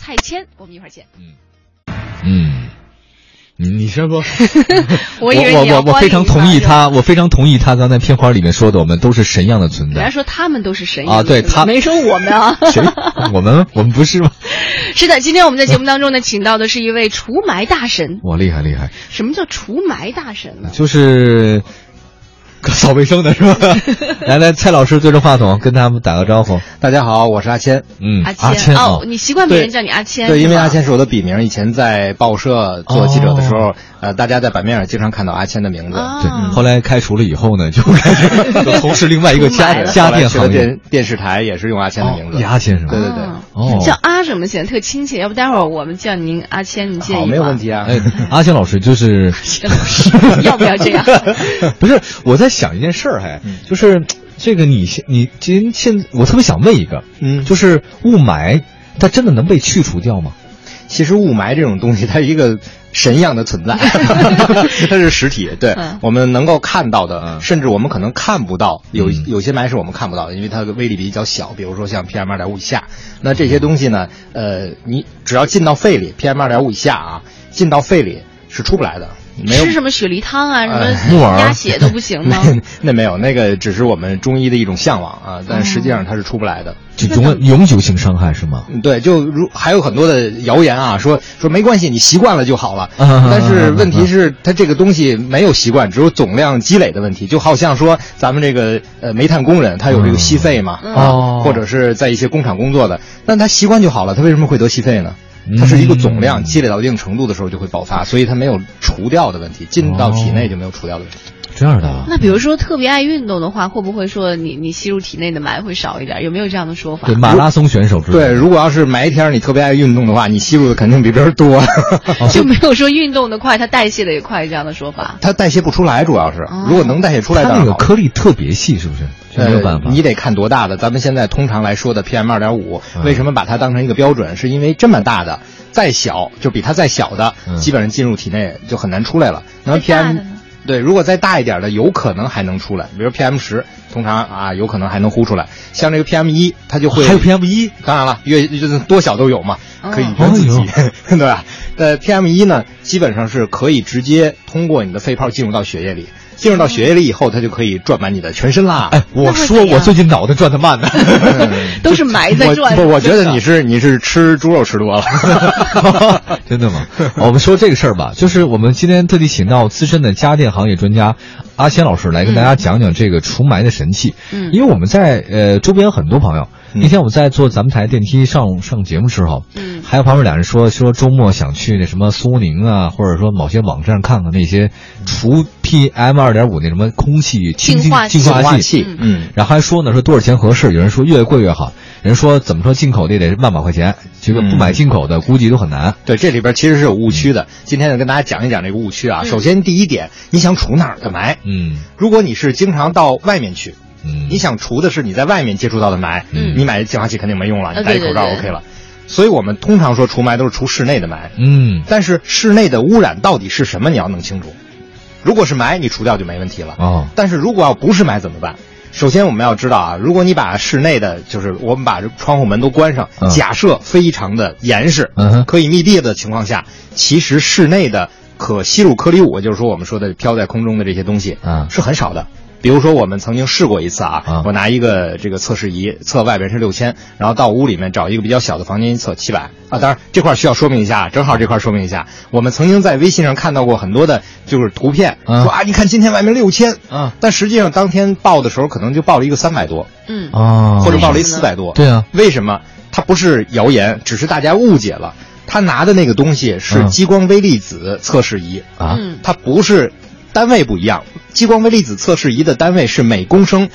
蔡牵，我们一会儿见。嗯，你你先说。 我以为你我要我我关非常于马同意友他，我非常同意他刚才片花里面说的，我们都是神一样的存人家在。说他们都是神一啊样的对存在他没说我们啊。谁？我们我们不是吗？是的，今天我们在节目当中呢，请到的是一位除霾大神。哇，厉害厉害，什么叫除霾大神呢？就是扫卫生的是 吧？来来，蔡老师对着话筒跟他们打个招呼。大家好，我是阿谦。嗯，阿阿谦哦哦，，你习惯别人叫你阿谦，对，因为是吧阿谦是我的笔名，以前在报社做记者的时候，哦呃，大家在版面上经常看到阿谦的名字。啊对，后来开除了以后呢，就开始 就从事另外一个出卖家了家哎后电来去了行业。哦电电视台也是用阿谦的名字。也阿谦是吧？对对对啊哦叫阿什么显得特亲切，要不待会儿我们叫您阿谦，你介意吗？好，没有问。题啊。哎，阿谦老师就是， 要不要这 样？不是我在想一件事儿，还嗯就是这个你现你今现我特别想问一个，嗯，就就是雾霾它真的能被去除掉吗？其实雾霾这种东西，它是一个神一样 的存在，它是实体，对、嗯我们能够看到的，嗯甚至我们可能看不到，有嗯有些霾是我们看不到的，因为它的威力比较小，比如说像 PM 二点五以下。那这些东西呢，呃，你只要进到肺里，PM 二点五以下啊，进到肺里是出不来的，没有吃什么雪梨汤啊，什哎么木耳鸭血都不行 吗？那 那没有，那个只是我们中医的一种向往啊，但实际上它是出不来的。就永永久性伤害是吗？嗯对，就如还有很多的谣言啊，说说没关系，你习惯了就好了。啊但是问题是，它这个东西没有习惯，只有总量积累的问题。就好像说咱们这个呃煤炭工人，他有这个吸肺嘛，嗯哦啊，或者是在一些工厂工作的，那他习惯就好了，他为什么会得吸肺呢？它是一个总量嗯积累到一定程度的时候就会爆发，所以它没有除掉的问题，进到体内就没有除掉的问题。这样的啊，那比如说特别爱运动的话，会不会说你你吸入体内的霾会少一点？有没有这样的说法 对？马拉松选手之类对，的如果要是埋天儿你特别爱运动的话，你吸入的肯定比别人多， 就没有说运动的快，它代谢的也快这样的说 法。它代谢不出来，主要是哦如果能代谢出来它那当然个好。颗粒特别细，是不是？就没有办法。呃，你得看多大的。咱们现在通常来说的 PM 二点五，嗯为什么把它当成一个标准？是因为这么大的，再小就比它再小的嗯，基本上进入体内就很难出来了。那么再大的 PM 呢对，如果再大一点的，有可能还能出来，比如 PM 十，通常啊有可能还能呼出来。像这个 PM 一，它就会还有 PM 一，当然了，越就是多小都有嘛，哦可以圆自己，哎 对吧？呃，PM 一呢，基本上是可以直接通过你的肺泡进入到血液里，进入到血液里以后，它就可以转满你的全身啦。哎，我会说怎样我最近脑袋转得 慢呢。 都是霾在转。我嗯不，我觉得你是你是吃猪肉吃多了。 真的吗？哦我们说这个事儿吧，就是我们今天特地请到资深的家电行业专家阿谦老师来跟大家讲讲这个除霾的神器。嗯因为我们在呃周边有很多朋友，嗯那天我们在坐咱们台电梯上上节目时候，嗯还有旁边俩人说说周末想去那什么苏宁啊，或者说某些网站看看那些除 PM 二点五那什么空气清净净化器净化器，嗯，然后还说呢，说多少钱合适？有人说越贵越好，有人说怎么说进口的也得万把块钱，这个不买进口嗯的估计都很难。对，这里边其实是有误区的。今天呢，跟大家讲一讲这个误区啊。嗯首先，第一点，你想除哪儿的霾？嗯如果你是经常到外面去，嗯，你想除的是你在外面接触到的霾，嗯你买净化器肯定没用了，啊你戴对口罩对对 OK 了。所以我们通常说除霾都是除室内的霾，嗯但是室内的污染到底是什么，你要弄清楚。如果是霾，你除掉就没问题了。哦但是如果要不是霾怎么办？首先我们要知道啊，如果你把室内的，就是我们把这窗户门都关上，嗯假设非常的严实，嗯哼可以密闭的情况下，其实室内的可吸入颗粒物，也就是说我们说的飘在空中的这些东西，啊是很少的。比如说，我们曾经试过一次啊，啊我拿一个这个测试仪测外边是六千，然后到屋里面找一个比较小的房间一测七百啊。当然，这块需要说明一下，啊正好这块说明一下，我们曾经在微信上看到过很多的就是图片，啊说啊，你看今天外面六千啊，但实际上当天报的时候可能就报了一个三百多，嗯，啊，或者报了一为什四么百多。对啊，为什么？它不是谣言，只是大家误解了。他拿的那个东西是嗯激光微粒子测试仪，啊嗯它不是单位不一样，激光微粒子测试仪的单位是每公升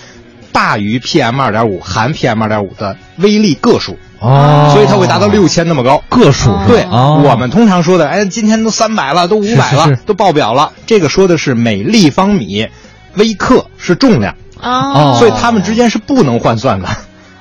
大于 PM 二点五含 PM 二点五的微粒个数，哦，所以它会达到六千那么高。个数是吧对、哦我们通常说的，哎，今天都三百了，都五百了，是是是都爆表了。这个说的是每立方米微克是重量，哦，所以它们之间是不能换算的，哦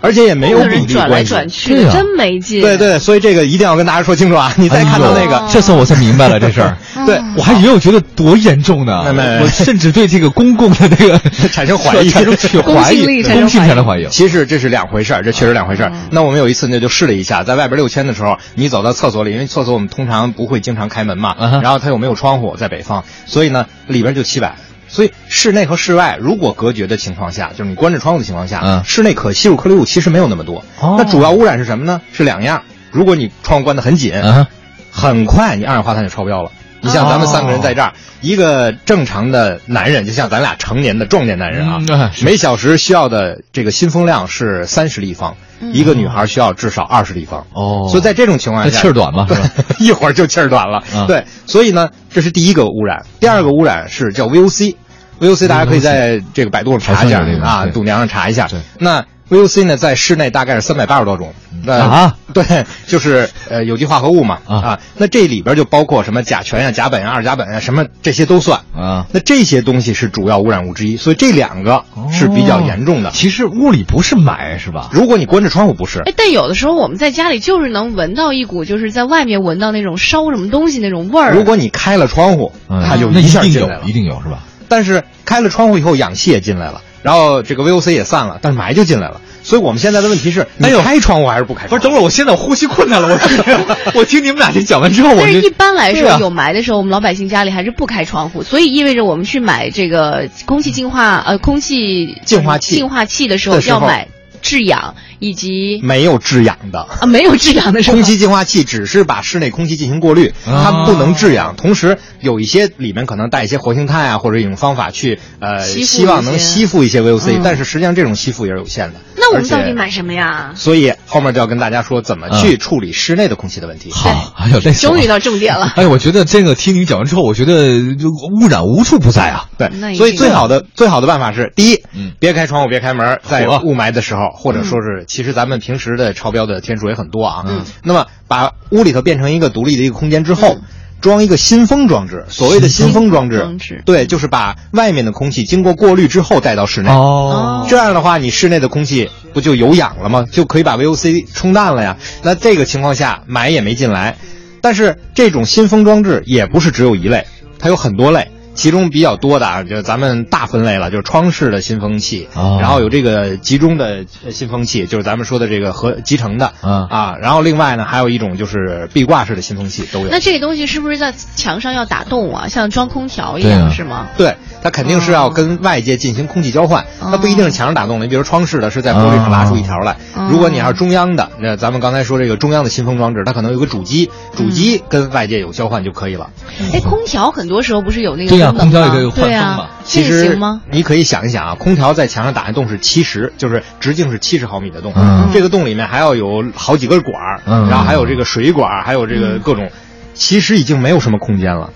而且也没有有比人例转来关系。转去的，对啊真没劲。哎对对，所以这个一定要跟大家说清楚啊！你再看到那个， 这次我才明白了这事儿。嗯对我还以为我觉得多严重呢没没，没我甚至对这个公共的这个产生怀 疑产生起公怀信疑，力公产生信怀产生疑怀 疑。其实这是两回事儿，这嗯确实两回事儿。那我们有一次呢，就试了一下，在外边六千的时候，你走到厕所里，因为厕所我们通常不会经常开门嘛，嗯哼然后它又没有窗户，在北方，所以呢里边就七百。所以室内和室外如果隔绝的情况下，就是你关着窗户的情况下，嗯室内可吸入颗粒物其实没有那么多。哦那主要污染是什么呢？是两样。如果你窗户关得很紧，啊，很快你二氧化碳就超标了。你像咱们三个人在哦这儿，一个正常的男人，就像咱俩成年的壮年男人啊，嗯啊是每小时需要的这个新风量是三十立方，嗯一个女孩需要至少二十立方。哦所以在这种情况那下，气儿短嘛，是吧？ 一会儿就气儿短了。嗯对，所以呢，这是第一个污染。第二个污染是叫 VOC。VOC 嗯大家可以在这个百度上查一下好像有这个啊，对度娘上查一下对。那 VOC 呢，在室内大概是三百八十多种。那啊， 对，就是呃有机化合物嘛啊啊，那这里边就包括什么甲醛呀、甲苯啊呀、二甲苯呀，什么这些都算。啊，那这些东西是主要污染物之一，所以这两个哦是比较严重的。其实屋里不是霾是吧？如果你关着窗户不是，哎，但有的时候我们在家里就是能闻到一股，就是在外面闻到那种烧什么东西那种味儿。如果你开了窗户，嗯它就那一下定进有，来了一。定有是吧？但是开了窗户以后，氧气也进来了，然后这个 VOC 也散了，但是霾就进来了。所以我们现在的问题是，哎你呦开窗户还是不开窗不户？是，等会儿我现在呼吸困难了，我 我听你们俩这讲完之后，我但就是一般来说，对啊有霾的时候，我们老百姓家里还是不开窗户，所以意味着我们去买这个空气净化呃空气净化器净化器的时候的时候要买制氧以及嗯没有制氧的。啊没有制氧的时候空气净化器只是把室内空气进行过滤，啊它不能制氧。同时，有一些里面可能带一些活性炭啊，或者一种方法去呃，吸附希望能一些吸附一些 VOC，、嗯但是实际上这种吸附也是有限的。那我们到而且底买什么呀？所以后面就要跟大家说怎嗯么去处理室内的空气的问题。好，哎呦，累死我终了于到重点了。 哎，我觉得这个听你讲完之后，我觉得就污染无处不在啊。那对，一所以定最好的最好的办法是，第一，嗯别开窗户，别开门，在火雾霾的时候，或者说是，其实咱们平时的超标的天数也很多啊。嗯那么把屋里头变成一个独立的一个空间之后。装一个新风装置，所谓的新风装置，新风装置对，就是把外面的空气经过过滤之后带到室内。哦这样的话，你室内的空气不就有氧了吗？就可以把 VOC 冲淡了呀。那这个情况下，霾也没进来。但是这种新风装置也不是只有一类，它有很多类。其中比较多的啊，就咱们大分类了，就是窗式的新风器，哦然后有这个集中的呃新风器，就是咱们说的这个和集成的、嗯啊，然后另外呢还有一种就是壁挂式的新风器都有。那这个东西是不是在墙上要打洞啊？像装空调一对啊样是吗？对，它肯定是要跟外界进行空气交换，哦它不一定是墙上打洞的。你比如窗式的是在玻璃上拉出一条来，哦如果你要是中央的，那咱们刚才说这个中央的新风装置，它可能有个主机，嗯主机跟外界有交换就可以了。哎，空调很多时候不是有那个嗯对呀啊功能空调也吗可以换对呀风嘛这其个实行吗？你可以想一想啊，空调在墙上打的洞是七十，就是直径是七十毫米的洞，嗯这个洞里面还要有好几根管儿，嗯然后还有这个水管儿，还有这嗯个各种，其实已经没有什么空间了。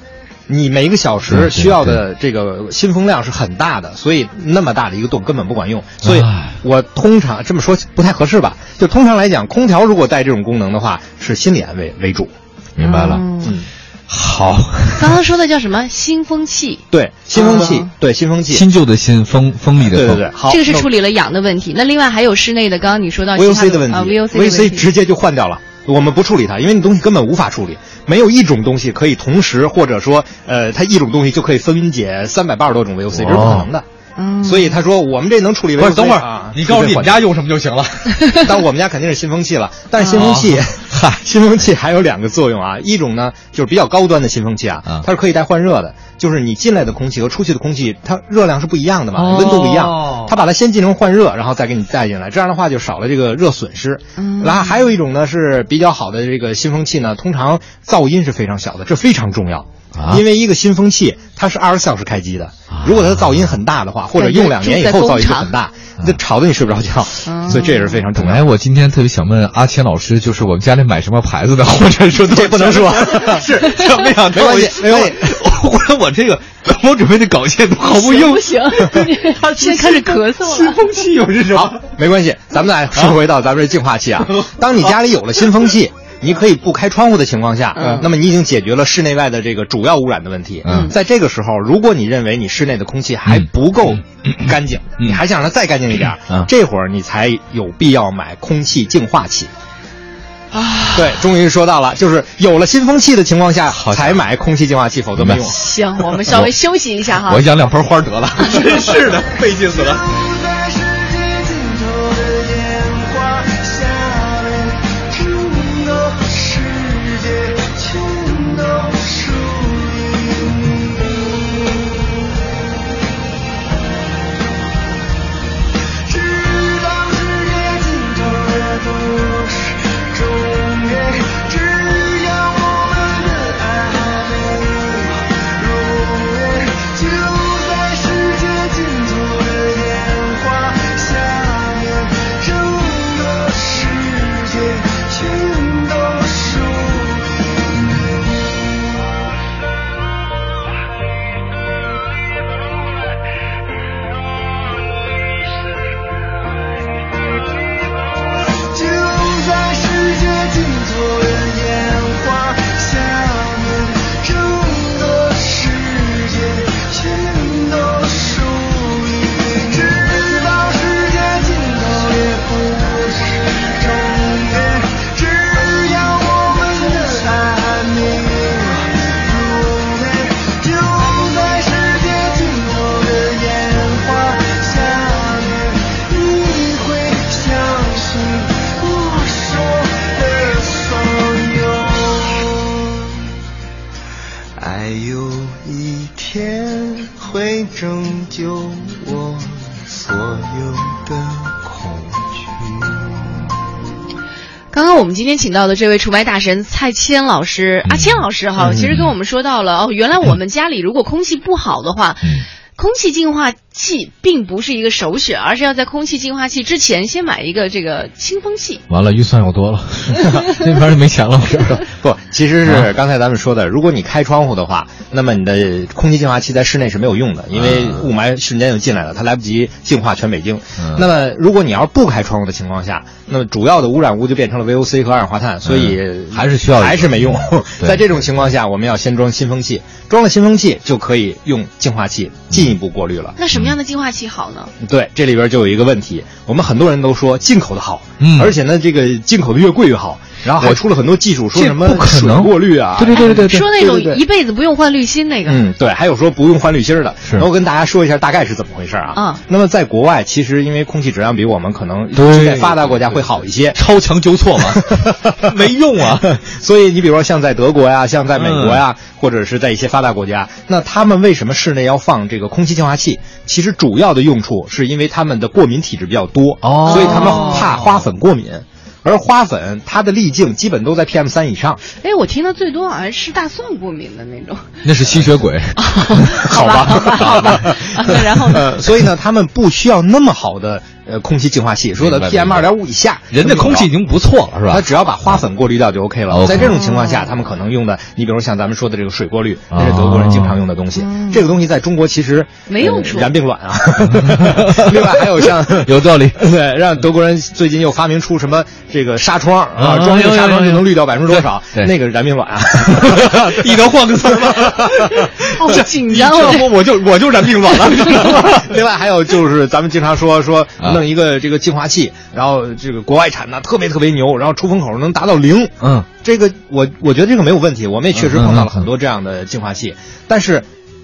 你每一个小对对时需要的这个新风量是很大的，所以那么大的一个洞根本不管用。所以唉，我通常这么说不太合适吧？就通常来讲，空调如果带这种功能的话，是心理安慰为主。明白了。嗯好，刚刚说的叫什么新风气？对，新风器嗯，对新风器，新旧的新，风锋利的对风。对对，好，这个是那处理了氧的问题。那另外还有室内的，刚刚你说到其他 VOC 的问题、啊 VOC 的问 VC 题直接就换掉了。我们不处理它，因为你东西根本无法处理，没有一种东西可以同时或者说，呃，它一种东西就可以分解三百八十多种 VOC，这是不可能的。嗯所以他说我们这能处理 VOC 不啊。是，等会啊儿你告诉我你们，家用什么就行 了。 但我们家肯定是新风器了。但是新风器， 嗨、新风器还有两个作用啊，一种呢就是比较高端的新风器嗯啊，它是可以带换热的，就是你进来的空气和出去的空气，它热量是不一样的嘛，哦温度不一样，它把它先进行换热，然后再给你带进来，这样的话就少了这个热损失。嗯然后还有一种呢是比较好的这个新风器呢，通常噪音是非常小的，这非常重要。啊因为一个新风器它是二十四小时开机的，如果它的噪音很大的话，或者用两年以后噪音就很大，就吵得你睡不着觉，嗯所以这也是非常重本要来。的哎我今天特别想问阿谦老师，就是我们家里买什么牌子的，或者说这 不能说 是这没想到没关系我没关系我忽然我这个我准备的稿件都毫不行用不行？现在开始咳嗽新了。风气又是什么？没关系，咱们来说回到咱们这净化器啊。当你家里有了新风器，你可以不开窗户的情况下，嗯那么你已经解决了室内外的这个主要污染的问题。嗯在这个时候，如果你认为你室内的空气还不够干净，嗯你还想让它再干净一点，嗯这会儿你才有必要买空气净化器。啊，对，终于说到了，就是有了新风气的情况下好家伙才买空气净化器，否则没用。行，我们稍微休息一下哈我。养两盆花得 了。真是的，费劲死了。在世界尽头的烟花下面，全都世界，全都属于你。直到世界尽头的都市终点，只要我们的爱还没如烟，就在世界尽头的烟花下面，整个世界全都属于你。就在世界尽头的烟花下面，整个世界全都属于你。直到世界尽头也不是终点，只要我们的爱还没如烟，就在世界尽头的烟花下面，你会相信我说的所有。爱有一天会拯救我所有的恐惧。刚刚我们今天请到的这位除霾大神蔡谦老师，阿谦老师哈，嗯其实跟我们说到了哦，原来我们家里如果空气不好的话，嗯空气净化器并不是一个首选，而是要在空气净化器之前先买一个这个新风气。完了，预算又多 了，那边就没钱了，我知道。不，其实啊是刚才咱们说的，如果你开窗户的话，那么你的空气净化器在室内是没有用的，因为嗯雾霾瞬间就进来了，它来不及净化全北京嗯。那么如果你要是不开窗户的情况下，那么主要的污染物就变成了 VOC 和二氧化碳，所以嗯还是需要还是没用。对在这种情况下，我们要先装新风器，装了新风器就可以用净化器进一步过滤了。那什么样的净化器好呢？对，这里边就有一个问题，我们很多人都说进口的好，嗯而且呢，这个进口的越贵越好，然后还对出了很多技术，说这什么不可水能过滤啊，对对对对对，说那种对对对一辈子不用换滤芯那个，嗯，对，还有说不用换滤芯儿的。是那我跟大家说一下大概是怎么回事儿啊。嗯那么在国外，其实因为空气质量比我们可能对在发达国家会好一些。 超强纠错 嘛， 没用啊。嗯所以你比如说像在德国呀，像在美国呀，或者是在一些发达国家，那他们为什么室内要放这个空气净化器？其实主要的用处是因为他们的过敏体质比较多，哦所以他们怕花粉过敏。而花粉它的粒径基本都在 PM 三以上，哎，我听的最多好像是大蒜过敏的那种。那是吸血鬼，好 吧，好吧，好 吧。啊然后呢？呃，所以呢，他们不需要那么好的呃空气净化器，说的明白 PM 明白二点五以下，人家空气已经不错了，是它吧？只要把花粉过滤掉就 OK 了。 OK 在这种情况哦下，他们可能用的，你比如像咱们说的这个水过滤，那是哦德国人经常用的东西。嗯这个东西在中国其实没用呃处染病卵 啊。另外还有像。有道理。对，让德国人最近又发明出什么这个纱窗啊啊，装一个有纱窗有就有能滤掉百分之多少？对对那个染病卵啊， 一能换个词吗？好紧张哦这我 我就我就染病卵了，你知道吗？ 另外还有就是咱们经常说说啊弄一个这个净化器，然后这个国外产的特别特别牛，然后出风口能达到零。嗯，这个我我觉得这个没有问题，我们也确实碰到了很多这样的净化器，但是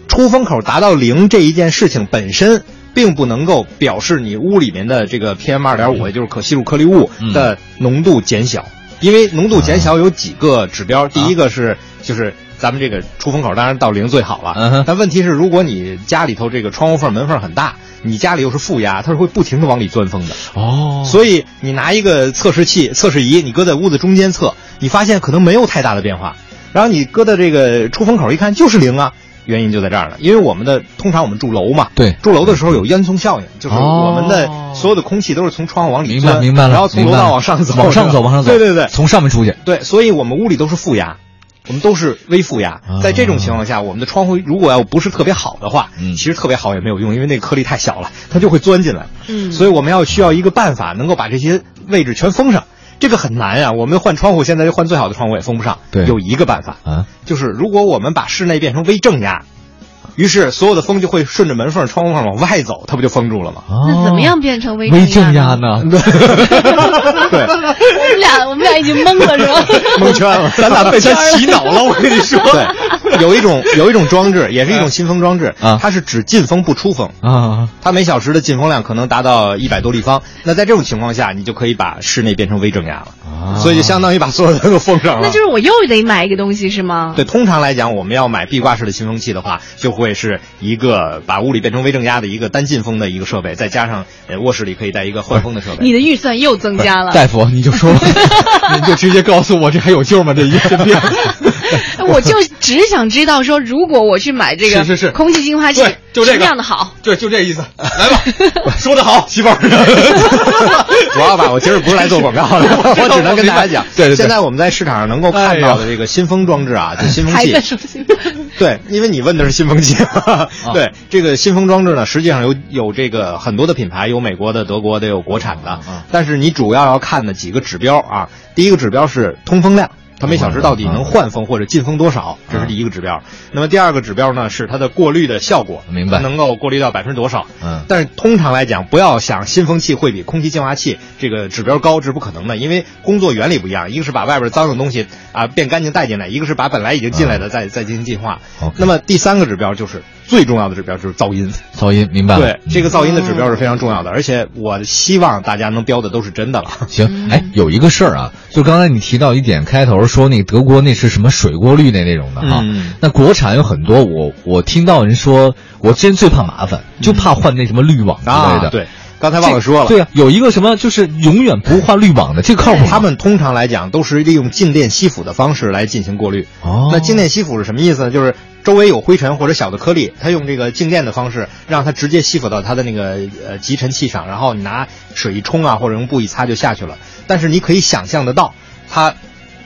出风口达到零这一件事情本身。并不能够表示你屋里面的这个 PM 二点五，也就是可吸入颗粒物嗯的浓度减小，因为浓度减小有几个指标，嗯第一个是就是咱们这个出风口当然到零最好了，嗯哼但问题是如果你家里头这个窗户缝门缝很大，你家里又是负压，它是会不停的往里钻风的，哦，所以你拿一个测试器、测试仪，你搁在屋子中间测，你发现可能没有太大的变化。然后你搁到这个出风口一看，就是零啊，原因就在这儿了。因为我们的通常我们住楼嘛，对住楼的时候有烟囱效应，就是哦我们的所有的空气都是从窗户往里明钻，白明白了，然后从楼明白道了往上走，往上走，往上走。对对对从上面出去。对，所以我们屋里都是负压。我们都是微负压啊，在这种情况下，我们的窗户如果要不是特别好的话，嗯其实特别好也没有用，因为那个颗粒太小了，它就会钻进来。嗯所以我们要需要一个办法，能够把这些位置全封上。这个很难啊，我们换窗户现在就换最好的窗户也封不上。对有一个办法啊，就是如果我们把室内变成微正压，于是所有的风就会顺着门缝、窗户缝往外走，它不就封住 了吗？那怎么样变成哦微微正正压压呢？呢？ 对，我们俩我们俩已经懵了，是 吧？蒙圈了，咱俩被他洗脑了，我跟你说。 哎对，有一种有一种装置，也是一种新风装置啊它是只进风不出风。啊，它每小时的进风量可能达到一百多立方，那在这种情况下，你就可以把室内变成微正压了，啊所以就相当于把所有的都封上了。那就是我又得买一个东西是吗？啊对，通常来讲，我们要买壁挂式的新风器的话，就会是一个把屋里变成微正压的一个单进风的一个设备，再加上呃卧室里可以带一个换风的设备。你的预算又增加了。大夫你 就说吧，你就直接告诉我这还有救吗？这一 身病。我就只想知道说，如果我去买这个是是是空气净化器，对就这个什么样的好？对，就这意思，来 吧，说得好，媳妇儿。主要吧，我今儿不是来做广告的， 我只能跟大家讲。对对对现在我们在市场上能够看到的这个新风装置啊，就新风还器在，说新闻对，因为你问的是新风 器，啊对这个新风装置呢，实际上有有这个很多的品牌，有美国的、德国的，有国产的嗯，但是你主要要看的几个指标啊，第一个指标是通风量。它每小时到底能换风或者进风多啊少，这是第一个指标。那么第二个指标呢，是它的过滤的效果，啊明白能够过滤到百分之多少？嗯但是通常来讲，不要想新风器会比空气净化器这个指标高，这是不可能的，因为工作原理不一样，一个是把外边脏的东西啊变干净带进来，一个是把本来已经进来的再、再进行净化。嗯 OK 那么第三个指标就是最重要的指标就是噪音，噪音明白了。对这个噪音的指标是非常重嗯要的，而且我希望大家能标的都是真的了。行，哎，有一个事儿啊，就刚才你提到一点，开头说那个德国那是什么水过滤那那种的哈、嗯那国产有很多，我我听到人说，我之前最怕麻烦，就怕换那什么滤网之类的。嗯啊，对，刚才忘了说了。这对啊，有一个什么就是永远不换滤网的，这靠谱吗？他们通常来讲都是利用静电吸附的方式来进行过滤。哦那静电吸附是什么意思呢？就是周围有灰尘或者小的颗粒，它用这个静电的方式让它直接吸附到它的那个呃集尘器上，然后你拿水一冲啊，或者用布一擦就下去了。但是你可以想象得到，它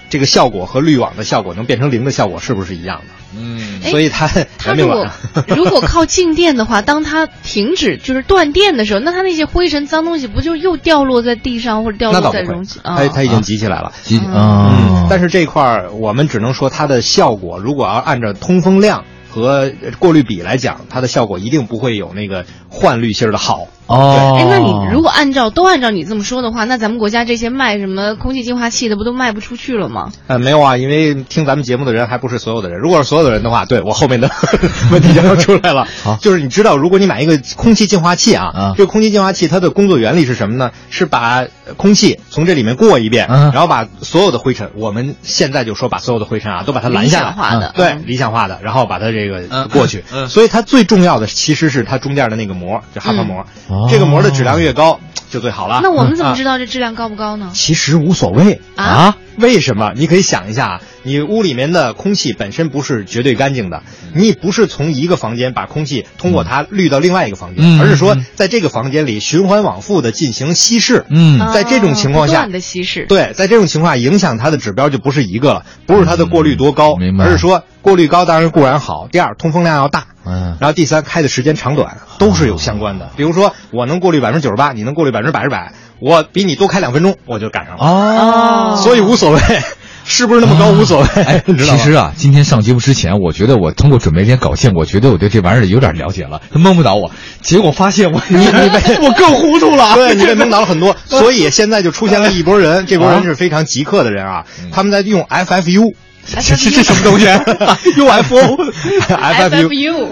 这个效果和滤网的效果能变成零的效果是不是一样的？嗯哎所以它它如 人命果网如果靠静电的话，当它停止就是断电的时候，那它那些灰尘、脏东西不就又掉落在地上或者掉那落倒不在会容器，啊？它它已经集起来了。机嗯啊嗯，，但是这一块儿我们只能说它的效果，如果要按照通风量和呃过滤比来讲，它的效果一定不会有那个换滤芯儿的好。哦，哎，那你如果按照都按照你这么说的话，那咱们国家这些卖什么空气净化器的，不都卖不出去了吗？呃，没有啊，因为听咱们节目的人还不是所有的人。如果是所有的人的话，对我后面的 问题就要出来了。好就是你知道，如果你买一个空气净化器啊，啊这个空气净化器它的工作原理是什么呢？是把呃空气从这里面过一遍，啊然后把所有的灰尘，我们现在就说把所有的灰尘啊都把它拦下来，理想化的嗯对嗯，理想化的，然后把它这个嗯过去。嗯嗯所以它最重要的其实是它中间的那个膜，就哈巴膜。嗯这个膜的质量越高就最好了。那我们怎么啊知道这质量高不高呢？其实无所谓啊为什么？你可以想一下啊，你屋里面的空气本身不是绝对干净的，嗯你不是从一个房间把空气通过它滤到另外一个房间，嗯而是说在这个房间里循环往复的进行稀释。嗯啊在这种情况不下断，的稀释，啊对，在这种情况下，影响它的指标就不是一个了，不是它的过滤多高嗯，明白而是说过滤高当然固然好，第二通风量要大，嗯哦然后第三开的时间长短都是有相关的。比如说，我能过滤百分之九十八，你能过滤百分之百十百，我比你多开两分钟，我就赶上了。哦所以无所谓， 是不是那么高无所谓， 哎， 你知道其吗？实啊，今天上节目之前，我觉得我通过准备这些稿件，我觉得我对这玩意儿有点了解了，他蒙不倒我。结果发现我你你 我更糊涂了。对，你被蒙倒了很 多，所以现在就出现了一波人，这波嗯人是非常极客的人啊，他们在用 FFU。这这这什么东西啊 FFU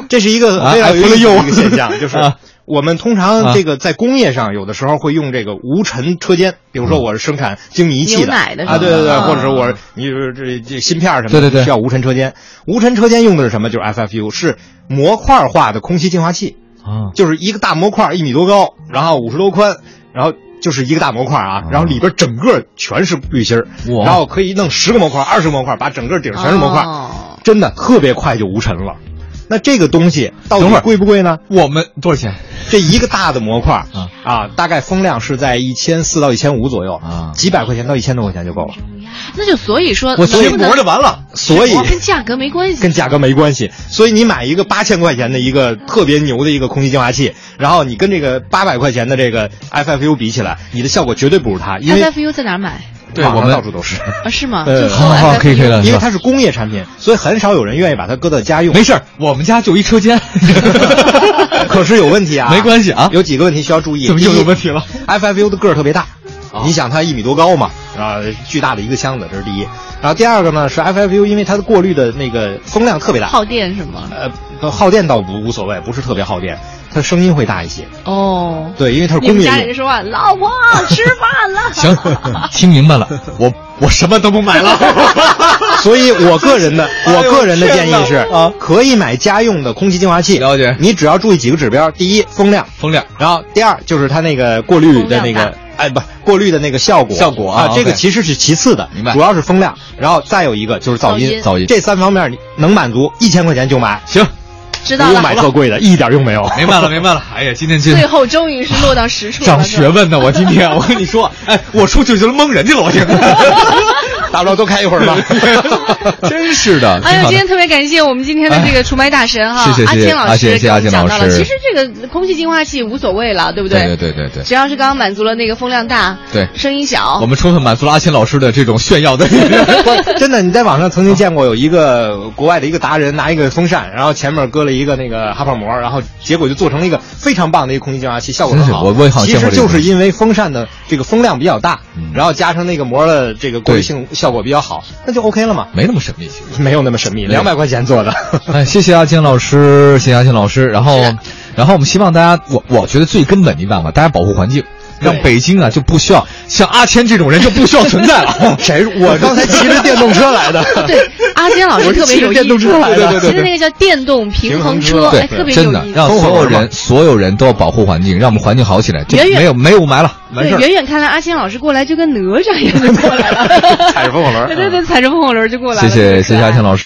这是一个啊非常有 F 了意思又 的一个现象，就是啊我们通啊常这个在工业上有的时候会用这个无尘车间，比如说我是生产精密仪器牛奶的啊，是吧对对对，啊或者是我你说这这芯片儿什么的，对对对需要无尘车间。无尘车间用的是什么？就是 FFU，是模块化的空气净化器。啊，就是一个大模块，一米多高，然后五十多宽，然后就是一个大模块啊，然后里边整个全是滤芯儿，嗯哇然后可以弄十个模块、二十个模块，把整个顶儿全是模块，哦真的特别快就无尘了。那这个东西到等会底儿贵不贵呢？我们多少钱？这一个大的模块啊啊，大概风量是在一千四到一千五左右啊几百块钱到一千多块钱就够了。 那就所以说，我能不能完了。所以哦跟价格没关 系，跟价格没关系。所以你买一个八千块钱的一个特别牛的一个空气净化器，然后你跟这个八百块钱的这个 FFU 比起来，你的效果绝对不如它，因为 FFU 在哪儿买？对我们到处 都是。啊，是吗？呃就搜好好 FF 可以可以了，因为是吧它是工业产品，所以很少有人愿意把它搁到家用。没事儿， 我们家就一车间， 可是有问题啊，没关系啊有几个问题需要注意。怎么又第一有问题了哦？FFU 的个儿特别大，你想它一米多高嘛，啊，巨大的一个箱子，这是第一。然后第二个呢是 FFU，因为它的过滤的那个风量特别大，耗电是吗？呃，耗电倒不无所谓，不是特别耗电，它声音会大一些。哦，对，因为它是你工们业家里人用。说话，老婆吃饭 了。行，听明白了，我我什么都不买 了，所以我个人的， 哎呦我个人的建议是天哪啊，可以买家用的空气净化器。了解你只要注意几个指标：第一，风量；风量。然后第二就是它那个过滤的那风量个，哎，不，过滤的那个效果，效果啊啊，这个 OK 其实是其次的，明白主要是风量，然后再有一个就是噪音，噪音噪音这三方面你能满足，一千块钱就买，行，知不道用了。买特贵的，一点用没有。明白了，明白了。哎呀，今天这最后终于是落到实处了。长是学吧问呢，我今天我跟你说，哎，我出去就蒙人家了，我今天大不了多开一会 儿吧。 真是的。哎挺呦，好今的天特别感谢我们今天的这个除霾大神哈，谢谢阿谢谢天老师啊谢给谢我们阿天讲到了，老师其实这个空气净化器无所谓了，对不对对对对对只要是刚刚满足了那个风量大，对声音小，我们充分满足了阿谦老师的这种 炫耀的。 不真的，你在网上曾经见过有一个国外的一个达人拿一个风扇，然后前面搁了一个那个哈泡膜，然后结果就做成了一个非常棒的一个空气净化器，效果很好。真是嗯我我也好像其见过实这个就是因为风扇的这个风量比较大嗯，然后加上那个膜的这个过滤性效果比较好，那就 OK 了嘛，没那么神秘，其实。没有那么神秘，没有两百块钱做的。。哎，谢谢阿金老师，谢谢阿金老师。然后，然后我们希望大家，我我觉得最根本的一办法，大家保护环境，让北京啊就不需要像阿谦这种人就不需要存在了 谁？我刚才骑着电动车 来的。对，阿坚老师特别有意思，我是骑着电动车来的骑着那个叫电动平衡车，平衡车哎，特别有真的意思。让所有风火轮人嘛所有人都要保护环境，让我们环境好起来。这远远没有没有雾霾了，完对事，儿。远远看来阿谦老师过来就跟哪吒一样就过来了，踩着风火轮 对对对，踩着风火轮就过来了。啊谢谢特别可谢爱谢阿谦老师。